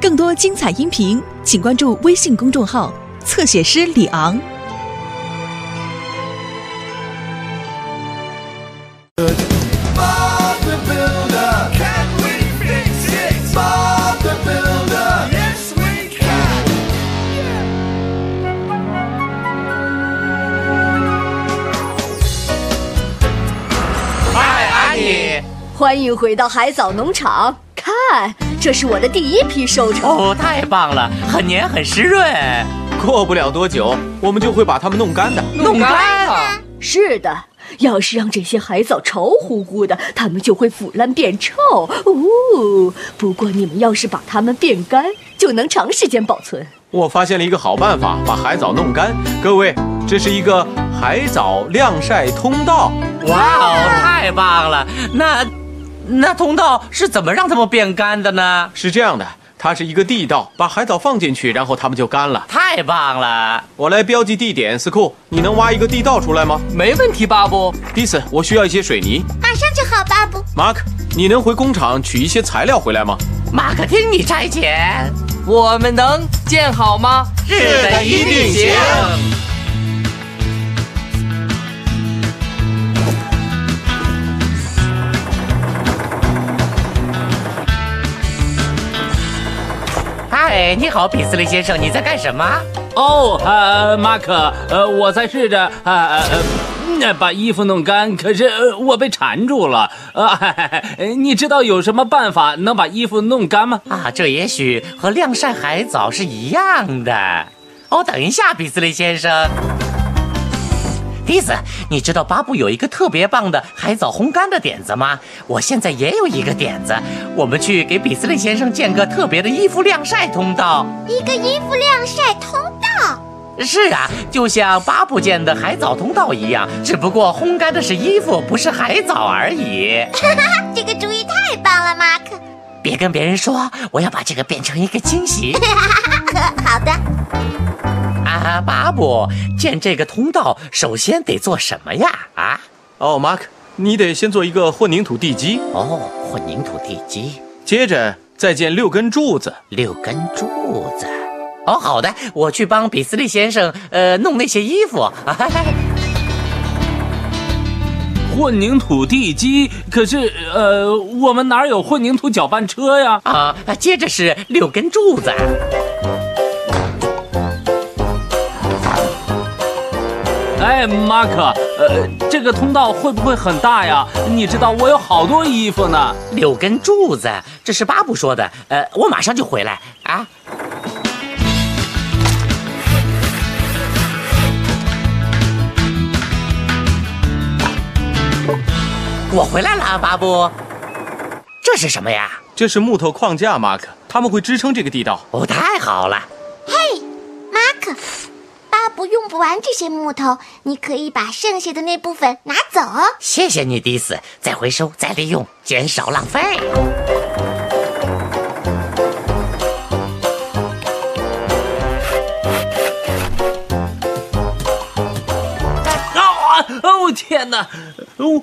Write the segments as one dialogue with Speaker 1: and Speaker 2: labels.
Speaker 1: 更多精彩音频，请关注微信公众号“侧写师李昂”。
Speaker 2: Bob the Builder. Can we fix it? Bob the Builder. Yes, we can.
Speaker 3: 嗨，阿姨。
Speaker 4: 欢迎回到海藻农场，看，这是我的第一批收成。
Speaker 3: 哦，太棒了，很黏很湿润，
Speaker 5: 过不了多久，我们就会把它们弄干的。
Speaker 3: 弄干了。
Speaker 4: 是的，要是让这些海藻潮乎乎的，它们就会腐烂变臭。哦，不过你们要是把它们变干，就能长时间保存。
Speaker 5: 我发现了一个好办法，把海藻弄干。各位，这是一个海藻晾晒通道。
Speaker 3: 哇哦，太棒了。那那通道是怎么让它们变干的呢？
Speaker 5: 是这样的，它是一个地道，把海藻放进去，然后它们就干了。
Speaker 3: 太棒了，
Speaker 5: 我来标记地点，司库，你能挖一个地道出来吗
Speaker 3: 没问题，巴布。
Speaker 5: 迪斯，我需要一些水泥。
Speaker 6: 马上就好，巴布。
Speaker 5: 马克，你能回工厂取一些材料回来吗？
Speaker 3: 马可听你差遣，
Speaker 7: 我们能建好吗？
Speaker 3: 日本一定行。嗨，你好，比斯利先生，你在干什么？
Speaker 8: 哦，呃，马可，呃，我在试着呃呃呃把衣服弄干，可是、呃、我被缠住了。呃，你知道有什么办法能把衣服弄干吗？
Speaker 3: 啊，这也许和晾晒海藻是一样的。哦，等一下，比斯利先生。迪斯，你知道巴布有一个特别棒的海藻烘干的点子吗？我现在也有一个点子，我们去给比斯利先生建个特别的衣服晾晒通道。
Speaker 6: 一个衣服晾晒通道，
Speaker 3: 是啊，就像巴布建的海藻通道一样，只不过烘干的是衣服，不是海藻而已。
Speaker 6: 哈哈，这个主意太棒了，马克。
Speaker 3: 别跟别人说，我要把这个变成一个惊喜。
Speaker 6: 好的，
Speaker 3: 啊，巴布，建这个通道首先得做什么呀？啊，
Speaker 5: 哦，马克，你得先做一个混凝土地基，
Speaker 3: 哦，混凝土地基，
Speaker 5: 接着再建六根柱子。
Speaker 3: 六根柱子。哦，好的，我去帮比斯利先生呃弄那些衣服。
Speaker 8: 混凝土地基，可是呃，我们哪有混凝土搅拌车呀？
Speaker 3: 啊，接着是六根柱子。啊
Speaker 8: 哎，马可，呃，这个通道会不会很大呀？你知道我有好多衣服呢。
Speaker 3: 六根柱子，这是巴布说的。呃，我马上就回来啊。我回来了啊，巴布。这是什么呀？
Speaker 5: 这是木头框架，马克，它们会支撑这个地道。
Speaker 3: 哦，太好了！
Speaker 6: 马克。巴布用不完这些木头，你可以把剩下的那部分拿走。
Speaker 3: 谢谢你，迪斯。再回收，再利用，减少浪费。
Speaker 8: 啊！哦天哪！我、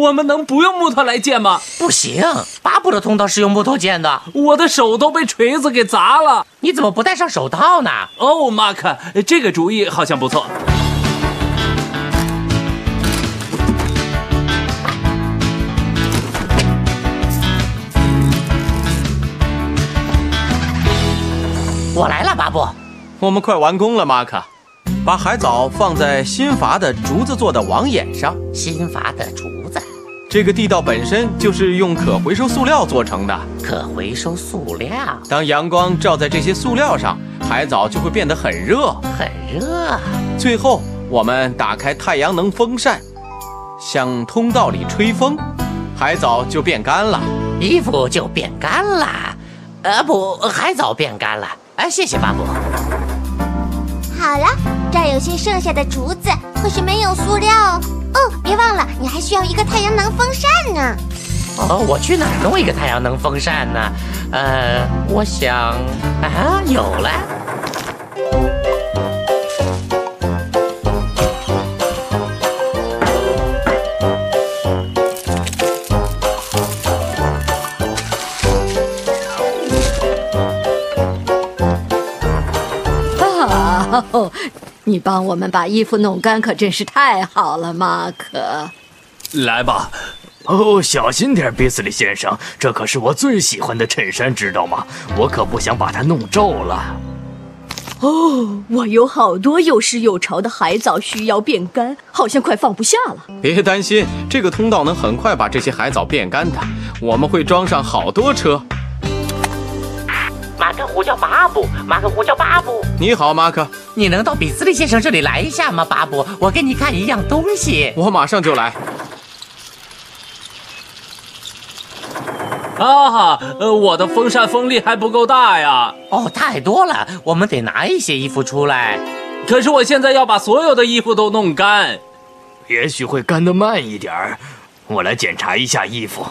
Speaker 8: 我们能不用木头来建吗？
Speaker 3: 不行，巴布的通道是用木头建的，
Speaker 8: 我的手都被锤子给砸了。
Speaker 3: 你怎么不戴上手套呢？
Speaker 8: 哦，马克，这个主意好像不错。
Speaker 3: 我来了，巴布。
Speaker 5: 我们快完工了，马克。把海藻放在新伐的竹子做的网眼上。
Speaker 3: 新伐的竹子，
Speaker 5: 这个地道本身就是用可回收塑料做成的。
Speaker 3: 可回收塑料，
Speaker 5: 当阳光照在这些塑料上，海藻就会变得很热。
Speaker 3: 很热。
Speaker 5: 最后，我们打开太阳能风扇，向通道里吹风，海藻就变干了。
Speaker 3: 衣服就变干了，呃不，海藻变干了。哎，谢谢巴布。
Speaker 6: 好了，这儿有些剩下的竹子，可是没有塑料哦。哦，别忘了，你还需要一个太阳能风扇呢。
Speaker 3: 哦，我去哪儿弄一个太阳能风扇呢？呃，我想啊，有了。
Speaker 4: 哦，你帮我们把衣服弄干，可真是太好了，马可。
Speaker 8: 来吧，
Speaker 9: 哦，小心点，比斯利先生，这可是我最喜欢的衬衫，知道吗？我可不想把它弄皱了。
Speaker 4: 哦，我有好多又湿又潮的海藻需要变干，好像快放不下了。
Speaker 5: 别担心，这个通道能很快把这些海藻变干的。我们会装上好多车。
Speaker 3: 马克胡叫巴布，马克胡叫巴布，
Speaker 5: 你好，马可，
Speaker 3: 你能到比斯利先生这里来一下吗？巴布，我给你看一样东西。
Speaker 5: 我马上就来。
Speaker 8: 啊哈，呃，我的风扇风力还不够大呀。
Speaker 3: 哦，太多了，我们得拿一些衣服出来。
Speaker 8: 可是我现在要把所有的衣服都弄干。
Speaker 9: 也许会干得慢一点儿。我来检查一下衣服。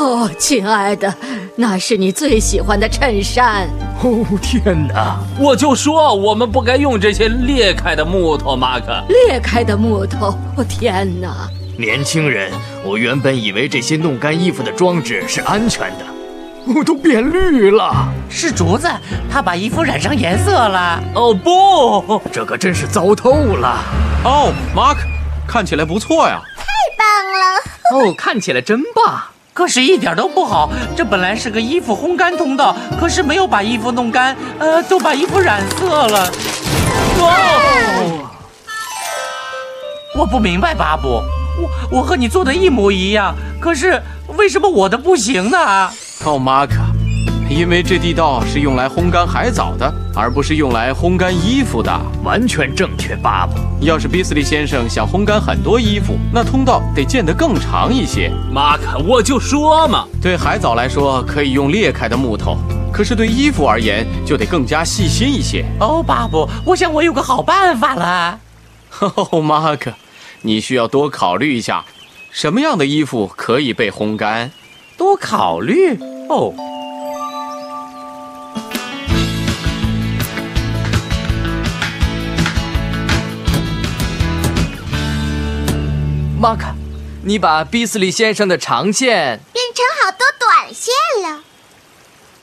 Speaker 4: 哦，亲爱的，那是你最喜欢的衬衫。
Speaker 9: 哦，天哪！
Speaker 8: 我就说我们不该用这些裂开的木头，马克。
Speaker 4: 裂开的木头，哦天哪！
Speaker 9: 年轻人，我原本以为这些弄干衣服的装置是安全的，我哦都变绿了。
Speaker 3: 是竹子，它把衣服染上颜色了。
Speaker 8: 哦不，
Speaker 9: 这可真是糟透了。
Speaker 5: 哦，马可，看起来不错呀。
Speaker 6: 棒了！
Speaker 10: 哦，看起来真棒。
Speaker 3: 可是，一点都不好。这本来是个衣服烘干通道，可是没有把衣服弄干，呃，都把衣服染色了。哦，我不明白，巴布，我我和你做的一模一样，可是为什么我的不行呢？
Speaker 5: 哦，马可，因为这地道是用来烘干海藻的，而不是用来烘干衣服的。
Speaker 9: 完全正确，巴布。
Speaker 5: 要是比斯利先生想烘干很多衣服，那通道得建得更长一些。
Speaker 8: 马可，我就说嘛。
Speaker 5: 对海藻来说，可以用裂开的木头，可是对衣服而言，就得更加细心一些。
Speaker 3: 哦，巴布，我想我有个好办法了。
Speaker 5: 哦，马可，你需要多考虑一下，什么样的衣服可以被烘干。
Speaker 3: 多考虑哦。
Speaker 7: 马克，你把比斯利先生的长线
Speaker 6: 变成好多短线了。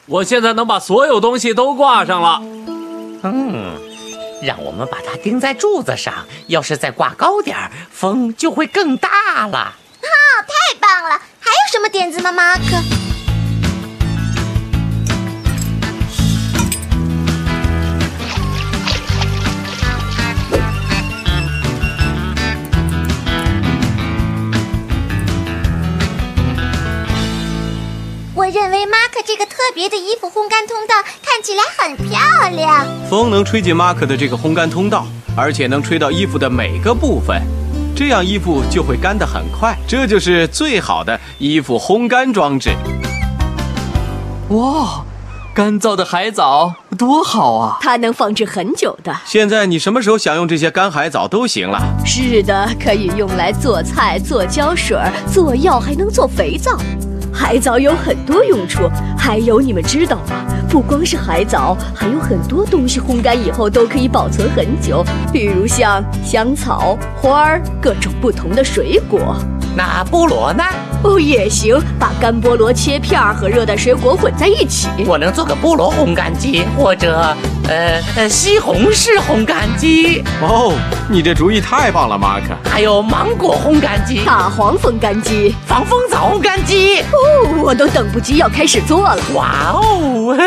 Speaker 8: 我现在能把所有东西都挂上了。
Speaker 3: 嗯，让我们把它钉在柱子上，要是再挂高点儿，风就会更大了。
Speaker 6: 太棒了！还有什么点子吗，马可？我认为马可这个特别的衣服烘干通道看起来很漂亮。
Speaker 5: 风能吹进马可的这个烘干通道，而且能吹到衣服的每个部分，这样衣服就会干得很快。这就是最好的衣服烘干装置。
Speaker 10: 哇，干燥的海藻多好啊！
Speaker 4: 它能放置很久的。
Speaker 5: 现在你什么时候想用这些干海藻都行了。
Speaker 4: 是的，可以用来做菜、做胶水、做药，还能做肥皂。海藻有很多用处，还有你们知道吗？不光是海藻，还有很多东西烘干以后都可以保存很久，比如像香草、花儿、各种不同的水果。
Speaker 3: 那菠萝呢？
Speaker 4: 哦，也行，把干菠萝切片儿和热带水果混在一起。
Speaker 3: 我能做个菠萝烘干机，或者呃呃西红柿烘干机，
Speaker 5: 哦，你这主意太棒了，马可。
Speaker 3: 还有芒果烘干机、
Speaker 4: 大黄风干机，
Speaker 3: 防风草烘干机。
Speaker 4: 哦，我都等不及要开始做了。
Speaker 3: 哇哦！